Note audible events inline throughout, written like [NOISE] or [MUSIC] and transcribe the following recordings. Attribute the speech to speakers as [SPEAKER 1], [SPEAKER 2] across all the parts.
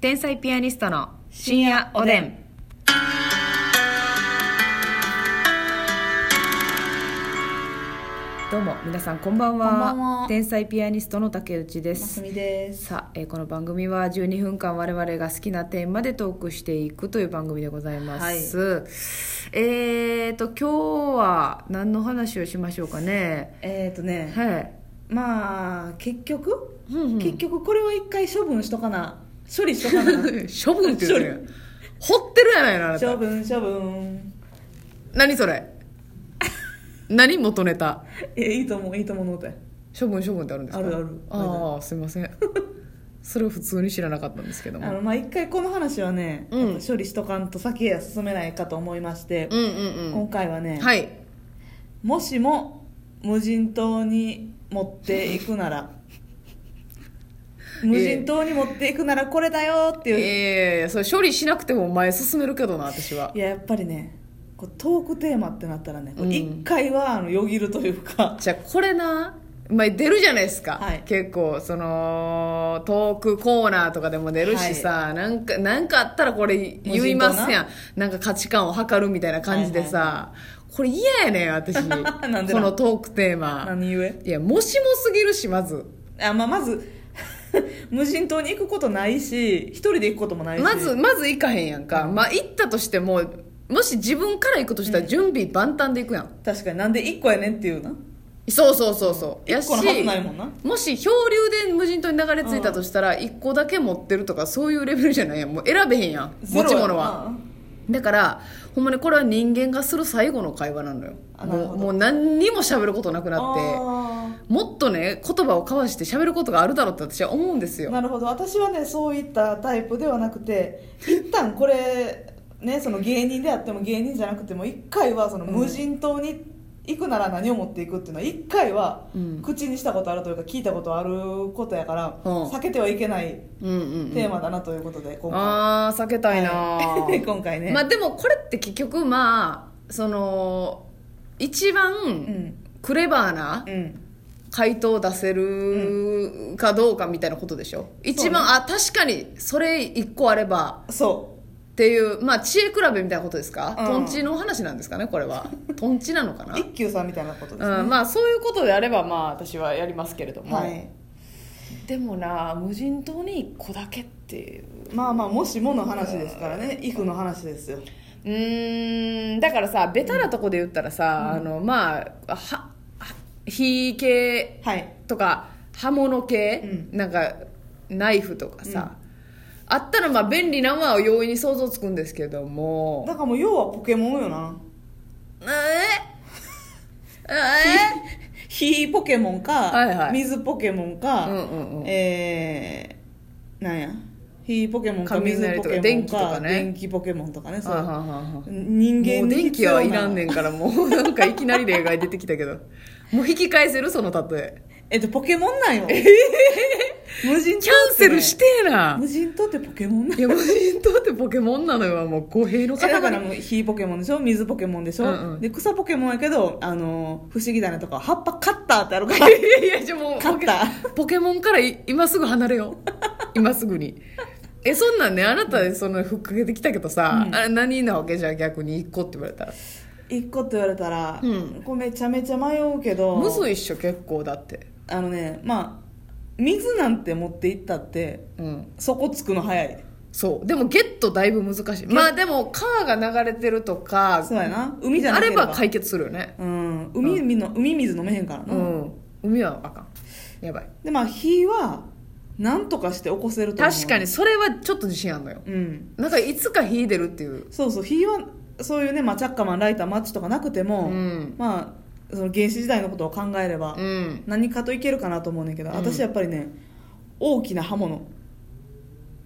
[SPEAKER 1] 天才ピアニストの深夜おでん。どうも皆さんこんばんは
[SPEAKER 2] こんばんは
[SPEAKER 1] 天才ピアニストの竹内で
[SPEAKER 2] ますすみです。
[SPEAKER 1] さあ、えーこの番組は12分間我々が好きなテーマでトークしていくという番組でございます、えーと今日は何の話をしましょうかね
[SPEAKER 2] えっ、ー、とね、
[SPEAKER 1] はい
[SPEAKER 2] まあ結局、
[SPEAKER 1] うんうん
[SPEAKER 2] 結
[SPEAKER 1] [LAUGHS]
[SPEAKER 2] 局これは一回処分しとかな、処理しとかな。
[SPEAKER 1] 処分って言うね掘ってるやないのあなた
[SPEAKER 2] 処分処分。
[SPEAKER 1] 何それ何元ネタ
[SPEAKER 2] えいいと思ういいと思うのって。
[SPEAKER 1] 処分処分ってあるんですか
[SPEAKER 2] あるある
[SPEAKER 1] ああすいま
[SPEAKER 2] [LAUGHS]
[SPEAKER 1] せんそれを普通に知らなかったんですけ
[SPEAKER 2] あ
[SPEAKER 1] ども
[SPEAKER 2] のまあ一回この話はね、
[SPEAKER 1] うん
[SPEAKER 2] やっぱ処理しとかんと先へは進めないかと思いまして
[SPEAKER 1] う、んうん
[SPEAKER 2] 今回は
[SPEAKER 1] う
[SPEAKER 2] ね、
[SPEAKER 1] んはい
[SPEAKER 2] もしも無人島に持っていく
[SPEAKER 1] [LAUGHS]
[SPEAKER 2] なら。無人島に持っていくならこれだよって
[SPEAKER 1] いや
[SPEAKER 2] いう、
[SPEAKER 1] いやいやそれ処理しなくてもお前進めるけどな私
[SPEAKER 2] [LAUGHS]
[SPEAKER 1] はい
[SPEAKER 2] ややっぱりねこうトークテーマってなったらねこう
[SPEAKER 1] うん
[SPEAKER 2] 一回はあのよぎるというか、
[SPEAKER 1] じゃあこれな前出るじゃないですか、
[SPEAKER 2] はい
[SPEAKER 1] 結構そのトークコーナーとかでも出るしさ、なんかなんかあったらこれ言いますやんなんか価値観を測るみたいな感じでさ、これ嫌やねん私
[SPEAKER 2] [LAUGHS] なんで
[SPEAKER 1] こ
[SPEAKER 2] なん
[SPEAKER 1] のトークテーマ
[SPEAKER 2] 何故
[SPEAKER 1] いやもしもすぎるしまず
[SPEAKER 2] あ、まあ、まず [LAUGHS] 無人島に行くことないし一人で行くこともないし
[SPEAKER 1] まずまず行かへんやんか、まあ行ったとしてももし自分から行くとしたら準備万端で行くやん、
[SPEAKER 2] 確かになんで一個やねんっていうな
[SPEAKER 1] そうそうそうそう、や
[SPEAKER 2] 一
[SPEAKER 1] し
[SPEAKER 2] 個のはずないもんな
[SPEAKER 1] もし漂流で無人島に流れ着いたとしたら1個だけ持ってるとかそういうレベルじゃないやんもう選べへんやん持ち物はだからほんまにこれは人間がする最後の会話なのよ
[SPEAKER 2] あなる
[SPEAKER 1] も
[SPEAKER 2] ほ
[SPEAKER 1] う
[SPEAKER 2] ど
[SPEAKER 1] もう何にも喋ることなく
[SPEAKER 2] だ
[SPEAKER 1] なってもっとね言葉を交わして喋ることがあるだろうって私は思うんですよ
[SPEAKER 2] なるほど私はねそういったタイプではなくて一旦これねその芸人であっても芸人じゃなくても一回はその無人島に行くなら何を持っていくっていうのは一回は
[SPEAKER 1] うん
[SPEAKER 2] 口にしたことあるというか聞いたことあることやから
[SPEAKER 1] うん
[SPEAKER 2] 避けてはいけない
[SPEAKER 1] うんうん、う
[SPEAKER 2] テー
[SPEAKER 1] ん、
[SPEAKER 2] マだなということで今回
[SPEAKER 1] あー避けたいな [LAUGHS] ー、
[SPEAKER 2] はい [LAUGHS] 今回ね
[SPEAKER 1] まあでもこれって結局まあその一
[SPEAKER 2] う
[SPEAKER 1] 番
[SPEAKER 2] ん
[SPEAKER 1] クレバーな、
[SPEAKER 2] うん
[SPEAKER 1] 回答を出せるかどうかみたいなことでしょ、一番、あ確かにそれ一個あれば
[SPEAKER 2] そ
[SPEAKER 1] っていうまあ知恵比べみたいなことですか、
[SPEAKER 2] うん
[SPEAKER 1] トンチの話なんですかねこれは [LAUGHS] トンチなのか
[SPEAKER 2] う一休さんみたいなことです
[SPEAKER 1] な、うん、まあそういうことであればまあ私はやりますけれども、
[SPEAKER 2] はい
[SPEAKER 1] でもな無人島に一個だけっていう
[SPEAKER 2] まあまあもしもの話ですからね「イフの話ですよ
[SPEAKER 1] うーんだからさベタなとこで言ったらさ、あのまあはは火系
[SPEAKER 2] はい
[SPEAKER 1] とか刃物系、
[SPEAKER 2] う
[SPEAKER 1] なんかナイフとかさ、あったらまあ便利なのは容易に想像つくんですけども
[SPEAKER 2] だからもう要はポケモンよな
[SPEAKER 1] えええ
[SPEAKER 2] 火ポケモンか、
[SPEAKER 1] はいはい
[SPEAKER 2] 水ポケモン
[SPEAKER 1] え
[SPEAKER 2] か、
[SPEAKER 1] うんうんうん
[SPEAKER 2] えー、なんや火ポケモンか水
[SPEAKER 1] 雷
[SPEAKER 2] ポ
[SPEAKER 1] とか
[SPEAKER 2] ケモンか
[SPEAKER 1] 電気とかね
[SPEAKER 2] 電気ポケモンとかね
[SPEAKER 1] あ
[SPEAKER 2] そう
[SPEAKER 1] ははは
[SPEAKER 2] 人間
[SPEAKER 1] もう電
[SPEAKER 2] に必
[SPEAKER 1] 気
[SPEAKER 2] 要な
[SPEAKER 1] はいらんねんからもうなんかいきなり例外出てきたけどもう引き返せるその例え
[SPEAKER 2] えっとポケモンなんよ無人島ってね
[SPEAKER 1] キャンセルしてえな
[SPEAKER 2] 無人島ってポケモンなん
[SPEAKER 1] いや無人島ってポケモンなのよもう語弊の
[SPEAKER 2] えだから
[SPEAKER 1] 塊
[SPEAKER 2] もう火ポケモンでしょ水ポケモンでしょ、
[SPEAKER 1] うんうん
[SPEAKER 2] で草ポケモンやけどあのー不思議だねとか葉っぱカッターってあるか
[SPEAKER 1] い
[SPEAKER 2] ら
[SPEAKER 1] やいやいやじゃあもう
[SPEAKER 2] 勝った
[SPEAKER 1] ポケモンからい今すぐ離れよう今すぐにえそんなんねあなたそのふっかけてきたけどさ、
[SPEAKER 2] うん
[SPEAKER 1] あれ何なわけじゃあ逆に1個って言われたら
[SPEAKER 2] 一個って言われたら、
[SPEAKER 1] うん
[SPEAKER 2] これめちゃめちゃ迷うけど
[SPEAKER 1] むずいっしょ結構だって
[SPEAKER 2] あのねまあ水なんて持っていったって
[SPEAKER 1] うん
[SPEAKER 2] そこつくの早い
[SPEAKER 1] そうでもゲットだいぶ難しいまあでも川が流れてるとか
[SPEAKER 2] そうやな海じゃな
[SPEAKER 1] あ
[SPEAKER 2] け
[SPEAKER 1] れ
[SPEAKER 2] れば
[SPEAKER 1] ば解決するよね
[SPEAKER 2] うん海水の海水飲めへんから
[SPEAKER 1] う
[SPEAKER 2] な、
[SPEAKER 1] ん、海はあかんやばい
[SPEAKER 2] でまあ火はなんとかして起こせると思う
[SPEAKER 1] 確かにそれはちょっと自信あるのよ
[SPEAKER 2] うん
[SPEAKER 1] なんかいつか火出るっていう
[SPEAKER 2] そうそう火はそういうね、まあ、チャッカマンライターマッチとかなくて
[SPEAKER 1] う
[SPEAKER 2] も、
[SPEAKER 1] ん
[SPEAKER 2] まあその原始時代のことを考えれば、
[SPEAKER 1] うん
[SPEAKER 2] 何かといけるかなと思うねんけど、
[SPEAKER 1] うん
[SPEAKER 2] 私やっぱりね大きな刃物 [LAUGHS]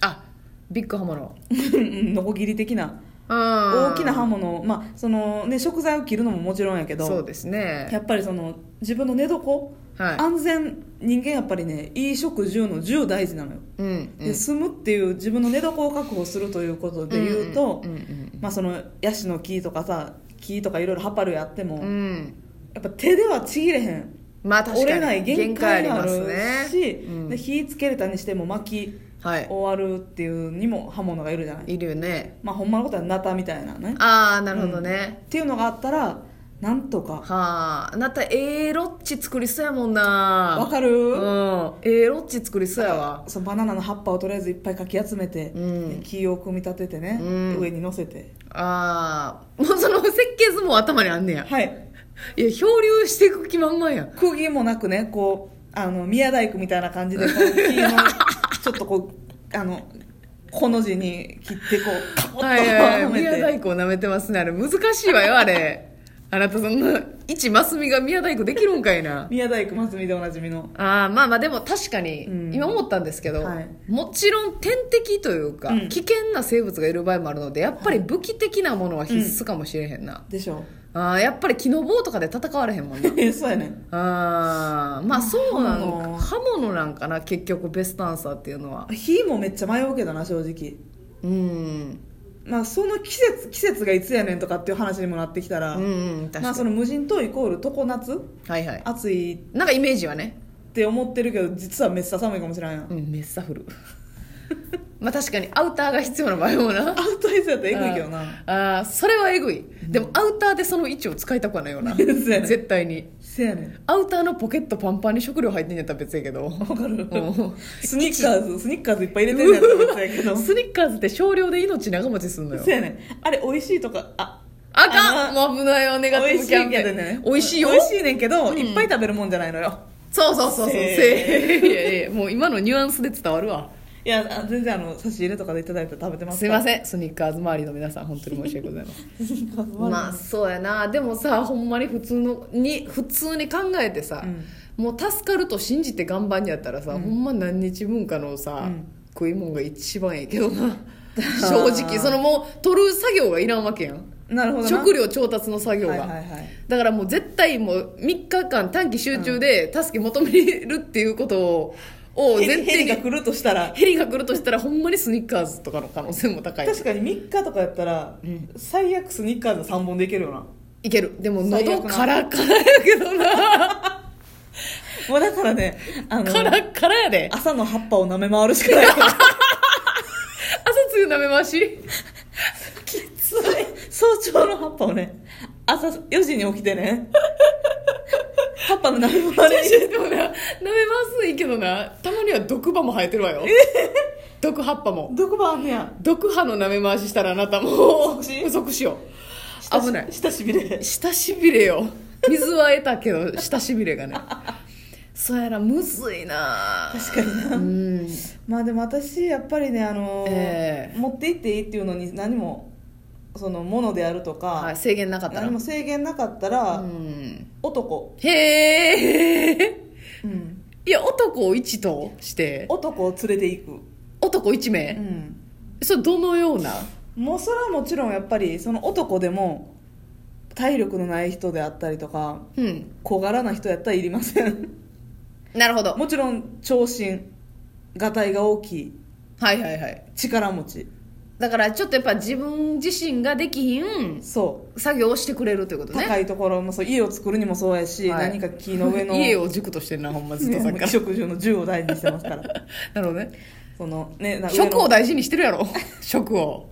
[SPEAKER 1] あビッグ刃物
[SPEAKER 2] うんノコギリ的な
[SPEAKER 1] 大
[SPEAKER 2] 大きな刃物まあそのね食材を切るのももちろんやけど
[SPEAKER 1] そうですね
[SPEAKER 2] やっぱりその自分の寝床、
[SPEAKER 1] は
[SPEAKER 2] 安全人間やっぱりね衣食住の住大事なのよ、
[SPEAKER 1] いうんうん
[SPEAKER 2] で住むっていう自分の寝床を確保するということで言うと、
[SPEAKER 1] んん
[SPEAKER 2] まあそのヤシの木とかさ木とかいろいろ葉っぱ類あって
[SPEAKER 1] う
[SPEAKER 2] も、
[SPEAKER 1] んうん
[SPEAKER 2] やっぱ手ではちぎれへん
[SPEAKER 1] まあ確かに
[SPEAKER 2] 折れない限界があるし
[SPEAKER 1] 限界ありますねうん
[SPEAKER 2] で火つけれたにしても薪
[SPEAKER 1] はい
[SPEAKER 2] 終わるっていうにも刃物がいるじゃない
[SPEAKER 1] いるよね
[SPEAKER 2] まあほんまのことはナタみたいなね
[SPEAKER 1] ああなるほどね、
[SPEAKER 2] っていうのがあったらなんとか
[SPEAKER 1] はああなたええロッチ作りそうやもんな
[SPEAKER 2] わかる
[SPEAKER 1] うんええロッチ作りそうやわ
[SPEAKER 2] そのバナナの葉っぱをとりあえずいっぱいかき集めて、
[SPEAKER 1] うん
[SPEAKER 2] 木を組み立ててね、
[SPEAKER 1] うん
[SPEAKER 2] 上に乗せて
[SPEAKER 1] ああもうその設計図も頭にあんねや
[SPEAKER 2] はい
[SPEAKER 1] いや漂流していく気満々やん
[SPEAKER 2] 釘もなくねこうあの宮大工みたいな感じでこ
[SPEAKER 1] [LAUGHS]
[SPEAKER 2] う木のちょっとこうあのこの字に切ってこうカポッとは
[SPEAKER 1] はいはい
[SPEAKER 2] め
[SPEAKER 1] はい、
[SPEAKER 2] て、
[SPEAKER 1] 宮大工を舐めてますねあれ難しいわよあれあなたそんな一マスミが宮大工できるんかいな
[SPEAKER 2] 宮大工ますみでおなじみの
[SPEAKER 1] ああまあまあでも確かに
[SPEAKER 2] うん
[SPEAKER 1] 今思ったんですけど、
[SPEAKER 2] はい
[SPEAKER 1] もちろん天敵というか、
[SPEAKER 2] うん
[SPEAKER 1] 危険な生物がいる場合もあるのでやっぱり武器的なものは必須かもしれへんな、
[SPEAKER 2] でしょ
[SPEAKER 1] ああやっぱり木の棒とかで戦われへんもんな
[SPEAKER 2] [LAUGHS] そうやね
[SPEAKER 1] ああまあそうな
[SPEAKER 2] 刃物
[SPEAKER 1] の刃物なんかな結局ベストアンサーっていうのは
[SPEAKER 2] 火もめっちゃ迷うけどな正直
[SPEAKER 1] うん
[SPEAKER 2] まあその季節季節がいつやねんとかっていう話にもなってきたら、
[SPEAKER 1] うんうん確かに、
[SPEAKER 2] まあその無人島イコール常夏
[SPEAKER 1] はいはい
[SPEAKER 2] 暑いっ
[SPEAKER 1] なんかイメージはね
[SPEAKER 2] て思ってるけど実はめっちゃ寒いかもしれんやん、
[SPEAKER 1] うんめっさ降る [LAUGHS] まあ確かにアウターが必要な場合もな
[SPEAKER 2] アウトレスやったらエグいけどな
[SPEAKER 1] あーそれはえぐい、でもアウターでその位置を使いたくはないよな
[SPEAKER 2] [LAUGHS] そうやね
[SPEAKER 1] 絶対に
[SPEAKER 2] せやねん
[SPEAKER 1] アウターのポケットパンパンに食料入ってんやったら別やけ
[SPEAKER 2] [LAUGHS]
[SPEAKER 1] ど
[SPEAKER 2] わかる
[SPEAKER 1] うん
[SPEAKER 2] スニッカーズスニッカーズいっぱい入れてるやつとかやけど
[SPEAKER 1] スニッカーズって少量で命長持ちすんのよ
[SPEAKER 2] せやねんあれ美味しいとかあ
[SPEAKER 1] あかんもう危ないよネガティ
[SPEAKER 2] 美味
[SPEAKER 1] ブ
[SPEAKER 2] し
[SPEAKER 1] キャ
[SPEAKER 2] い
[SPEAKER 1] ン
[SPEAKER 2] け
[SPEAKER 1] ペ
[SPEAKER 2] ど
[SPEAKER 1] ーン
[SPEAKER 2] ね
[SPEAKER 1] 美味しいよ
[SPEAKER 2] 美味しいねんけど、
[SPEAKER 1] ん
[SPEAKER 2] いっぱい食べるもんじゃないのよ
[SPEAKER 1] そうそうそうそう
[SPEAKER 2] せ
[SPEAKER 1] せーいやいやもう今のニュアンスで伝わるわ
[SPEAKER 2] いやあ全然あの差し入れとかでいただいたら食べてます
[SPEAKER 1] すいませんスニッカーズ周りの皆さん本当に申し訳ございません
[SPEAKER 2] んスニッカーズ悪いな
[SPEAKER 1] まあそうやなでもさほんまに普通のに普通に考えてさ、もう助かると信じて頑張んやったらさ、ほんま何日分かのさ、
[SPEAKER 2] うん
[SPEAKER 1] 食い物が一番ええけど
[SPEAKER 2] [LAUGHS]
[SPEAKER 1] な正直そのもう取る作業がいらんわけやん
[SPEAKER 2] なるほどな
[SPEAKER 1] 食料調達の作業が、
[SPEAKER 2] はいはいはい
[SPEAKER 1] だからもう絶対もう3日間短期集中で助け求めるっていうことをを
[SPEAKER 2] ヘ
[SPEAKER 1] 前
[SPEAKER 2] リヘ
[SPEAKER 1] 提
[SPEAKER 2] リが
[SPEAKER 1] に
[SPEAKER 2] 来るとしたら
[SPEAKER 1] ヘリが来るとしたらほんまにスニッカーズとかの可能性も高い
[SPEAKER 2] 確かに3日とかやったら、
[SPEAKER 1] うん
[SPEAKER 2] 最悪スニッカーズ3本でいけるよない
[SPEAKER 1] けるでも
[SPEAKER 2] 最
[SPEAKER 1] 喉
[SPEAKER 2] 悪な
[SPEAKER 1] カラカラやけどな
[SPEAKER 2] もうだからねあの
[SPEAKER 1] カラッカラやで
[SPEAKER 2] 朝の葉っぱを舐め回るしかない
[SPEAKER 1] 朝つゆ舐め回し
[SPEAKER 2] 早朝の葉っぱをね朝4時に起きてね葉っぱの舐め回りに
[SPEAKER 1] でもな舐めますいいけどなたまには毒歯も生えてるわよ毒葉っぱも
[SPEAKER 2] どこばあんねや
[SPEAKER 1] 毒歯の舐め回ししたらあなたも
[SPEAKER 2] 即
[SPEAKER 1] う
[SPEAKER 2] 死
[SPEAKER 1] 即死よ危ない
[SPEAKER 2] 下しびれ
[SPEAKER 1] 下しびれよ水は得たけど下しびれがねそうやなむずいな
[SPEAKER 2] 確かにな
[SPEAKER 1] うん
[SPEAKER 2] まあでも私やっぱりねあのー
[SPEAKER 1] え
[SPEAKER 2] 持って行っていいっていうのに何もそのものであるとか、
[SPEAKER 1] はい制限なかった
[SPEAKER 2] 何
[SPEAKER 1] ら
[SPEAKER 2] も制限なかったら、
[SPEAKER 1] うん
[SPEAKER 2] 男、
[SPEAKER 1] へえ
[SPEAKER 2] うん、
[SPEAKER 1] いや男を1として
[SPEAKER 2] 男を連れていく、
[SPEAKER 1] 男1名、
[SPEAKER 2] うん、
[SPEAKER 1] それどのような
[SPEAKER 2] もうそれはもちろんやっぱりその男でも体力のない人であったりとか
[SPEAKER 1] うん
[SPEAKER 2] 小柄な人やったらいりません [LAUGHS]
[SPEAKER 1] なるほど
[SPEAKER 2] もちろん長身がたいが大きい
[SPEAKER 1] はいはいはい
[SPEAKER 2] 力持ち
[SPEAKER 1] だからちょっとやっぱ自分自身ができひん
[SPEAKER 2] そう
[SPEAKER 1] 作業をしてくれるということね
[SPEAKER 2] 高いところもそう家を作るにもそうやし、
[SPEAKER 1] はい
[SPEAKER 2] 何か木の上
[SPEAKER 1] [LAUGHS]
[SPEAKER 2] の
[SPEAKER 1] 家を塾としてんなほんまずっとさっき
[SPEAKER 2] ね
[SPEAKER 1] か
[SPEAKER 2] 衣食住の銃を大事にしてますから
[SPEAKER 1] [LAUGHS] らなるほどね
[SPEAKER 2] そのねな
[SPEAKER 1] 食を
[SPEAKER 2] 上の
[SPEAKER 1] 大事にしてるやろ [LAUGHS] 食を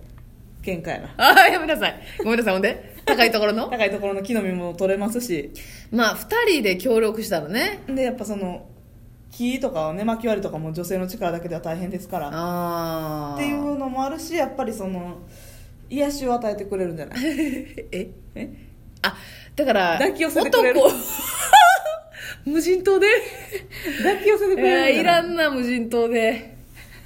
[SPEAKER 2] 喧嘩やな
[SPEAKER 1] ああやめなさいごめんなさいほんで高いところの
[SPEAKER 2] 高いところの木の実も取れますし
[SPEAKER 1] まあ二人で協力したらね
[SPEAKER 2] でやっぱその木とかをね巻き割るとかも女性の力だけでは大変ですから
[SPEAKER 1] ああ
[SPEAKER 2] っていうのもあるしやっぱりその癒しを与えてくれるんじゃない
[SPEAKER 1] [LAUGHS] え
[SPEAKER 2] え
[SPEAKER 1] あだから
[SPEAKER 2] 抱き寄せてくれる
[SPEAKER 1] 男 [LAUGHS] 無人島で
[SPEAKER 2] 抱き寄せてくれる
[SPEAKER 1] えーい
[SPEAKER 2] んじゃ
[SPEAKER 1] ら
[SPEAKER 2] ない
[SPEAKER 1] んな無人島で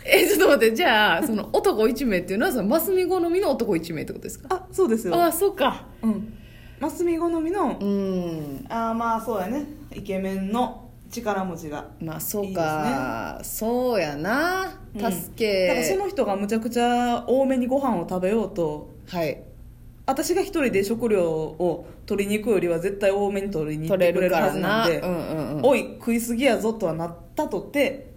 [SPEAKER 1] えちょっと待ってじゃあその男1名っていうのはそのマスミ好みの男1名ってことですか
[SPEAKER 2] あそうですよ
[SPEAKER 1] ああそうか
[SPEAKER 2] うんマスミ好みの、
[SPEAKER 1] うん
[SPEAKER 2] ああまあそうやねイケメンの力持ちが
[SPEAKER 1] まあそうかそうやな
[SPEAKER 2] うん
[SPEAKER 1] 助
[SPEAKER 2] だからそ
[SPEAKER 1] け、
[SPEAKER 2] の人がむちゃくちゃ多めにご飯を食べようと
[SPEAKER 1] はい
[SPEAKER 2] 私が一人で食料を取りに行くよりは絶対多めに取りに行っ
[SPEAKER 1] 取
[SPEAKER 2] て
[SPEAKER 1] れ
[SPEAKER 2] くれ
[SPEAKER 1] る
[SPEAKER 2] る
[SPEAKER 1] か
[SPEAKER 2] は
[SPEAKER 1] ら
[SPEAKER 2] ずな
[SPEAKER 1] なん
[SPEAKER 2] で、
[SPEAKER 1] うんうんうん
[SPEAKER 2] おい食いすぎやぞとはなったとて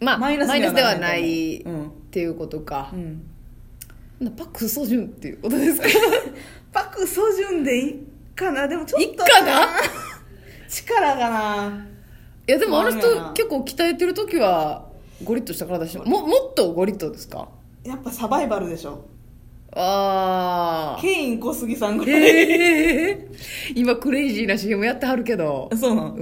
[SPEAKER 1] まあマ
[SPEAKER 2] マ
[SPEAKER 1] イ
[SPEAKER 2] イ
[SPEAKER 1] ナ
[SPEAKER 2] ナ
[SPEAKER 1] ス
[SPEAKER 2] ス
[SPEAKER 1] で
[SPEAKER 2] で
[SPEAKER 1] は
[SPEAKER 2] は
[SPEAKER 1] な
[SPEAKER 2] ないい
[SPEAKER 1] っ
[SPEAKER 2] うん
[SPEAKER 1] ていうことか
[SPEAKER 2] う、ん
[SPEAKER 1] なん、パク・ソジュンっていうことですか [LAUGHS]
[SPEAKER 2] パク・ソジュンでいいかなでもちょっと
[SPEAKER 1] いっかな
[SPEAKER 2] 力がない
[SPEAKER 1] やでもあの人
[SPEAKER 2] そうやな
[SPEAKER 1] 結構鍛えてる時はゴリッとした体してもももっとゴリッとですか
[SPEAKER 2] やっぱサバイバルでしょ
[SPEAKER 1] ああ
[SPEAKER 2] ケイン小杉さんぐらい、
[SPEAKER 1] えー、今クレイジーな CM やってはるけど
[SPEAKER 2] [LAUGHS] そうなん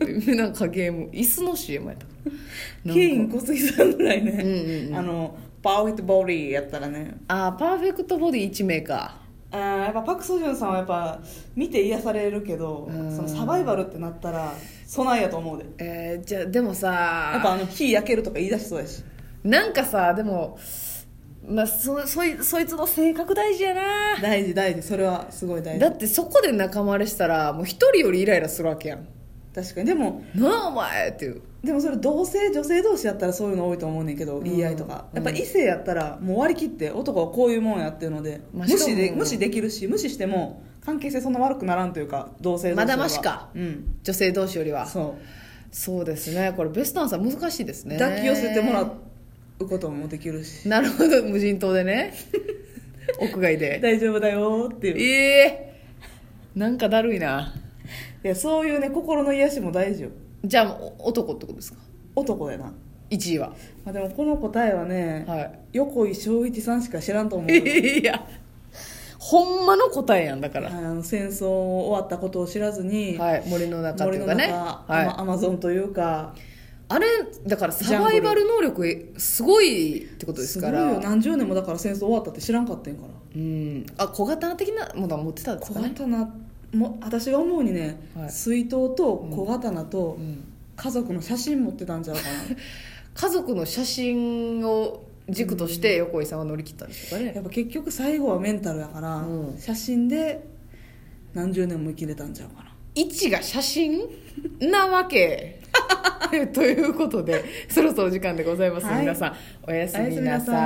[SPEAKER 1] うんなんかゲーム椅子の CM やったなんか
[SPEAKER 2] ケイン小杉さんぐらいね、
[SPEAKER 1] うんうんうん
[SPEAKER 2] あのパーフェクトボディやったらね
[SPEAKER 1] ああパーフェクトボディ1名か
[SPEAKER 2] あーやっぱパク・ソジュンさんはやっぱ見て癒されるけど
[SPEAKER 1] うん
[SPEAKER 2] そのサバイバルってなったら備えやと思うで
[SPEAKER 1] えー、じゃあでもさ
[SPEAKER 2] やっぱあの火焼けるとか言い出しそうやし
[SPEAKER 1] なんかさでもまあそそいそいつの性格大事やな
[SPEAKER 2] 大事大事それはすごい大
[SPEAKER 1] だ
[SPEAKER 2] 事
[SPEAKER 1] ってそこで仲間割れしたらもう一人よりイライラするわけやん
[SPEAKER 2] 確かにでも
[SPEAKER 1] なあお前っていう
[SPEAKER 2] でもそれ同性女性同士やったらそういうの多いと思うねんけど
[SPEAKER 1] ん
[SPEAKER 2] 言い合いとか
[SPEAKER 1] うん
[SPEAKER 2] やっぱ異性やったらもう割り切って男はこういうもんやっていうので
[SPEAKER 1] ま
[SPEAKER 2] 無
[SPEAKER 1] あしかも
[SPEAKER 2] 視で無視できるし無視しても関係性そんな悪くならんというか同性同士
[SPEAKER 1] まだましか
[SPEAKER 2] うん
[SPEAKER 1] 女性同士よりは
[SPEAKER 2] そ
[SPEAKER 1] そうですねこれベストアンサー難しいです
[SPEAKER 2] う
[SPEAKER 1] ね
[SPEAKER 2] 抱き寄せてもらうこともできるし
[SPEAKER 1] なるほど無人島で
[SPEAKER 2] [LAUGHS]
[SPEAKER 1] ね屋外で
[SPEAKER 2] 大丈夫だよーっていう
[SPEAKER 1] ええなんかだるいない
[SPEAKER 2] やそういうね心の癒しも大事よ
[SPEAKER 1] じゃあお男ってことですか
[SPEAKER 2] 男だよな、
[SPEAKER 1] 1位は
[SPEAKER 2] まあ、でもこの答えはね、
[SPEAKER 1] は
[SPEAKER 2] 横井翔一さんしか知らんと
[SPEAKER 1] [LAUGHS]
[SPEAKER 2] 思う
[SPEAKER 1] いいやほんまの答えやんだか
[SPEAKER 2] あ
[SPEAKER 1] ら
[SPEAKER 2] の戦争終わったことを知らずに、
[SPEAKER 1] はい森の中ってい
[SPEAKER 2] 森
[SPEAKER 1] う
[SPEAKER 2] の
[SPEAKER 1] か
[SPEAKER 2] 中、
[SPEAKER 1] ねはい
[SPEAKER 2] アマアマゾンというか
[SPEAKER 1] あれだからサバイバル能力えすごいってことですか
[SPEAKER 2] ごい
[SPEAKER 1] ら
[SPEAKER 2] よ何十年もだから戦争終わったって知らんかったんやから
[SPEAKER 1] うんあ小刀的なものは持ってたんです
[SPEAKER 2] 小
[SPEAKER 1] かね、
[SPEAKER 2] 刀も私が思うにね、
[SPEAKER 1] はい
[SPEAKER 2] 水筒と小刀と
[SPEAKER 1] うん
[SPEAKER 2] 家族の写真持ってたんちゃうかな、
[SPEAKER 1] 家族の写真を軸として横井さんは乗り切ったんでしょうかね
[SPEAKER 2] やっぱ結局最後はメンタルやから、
[SPEAKER 1] うん
[SPEAKER 2] 写真で何十年も生きれたんちゃうかな
[SPEAKER 1] 位置が写真なわけ [LAUGHS] ということでそろそろお時間でございます、
[SPEAKER 2] はい
[SPEAKER 1] 皆さんおやすみなさ
[SPEAKER 2] おやすみなさ
[SPEAKER 1] い
[SPEAKER 2] い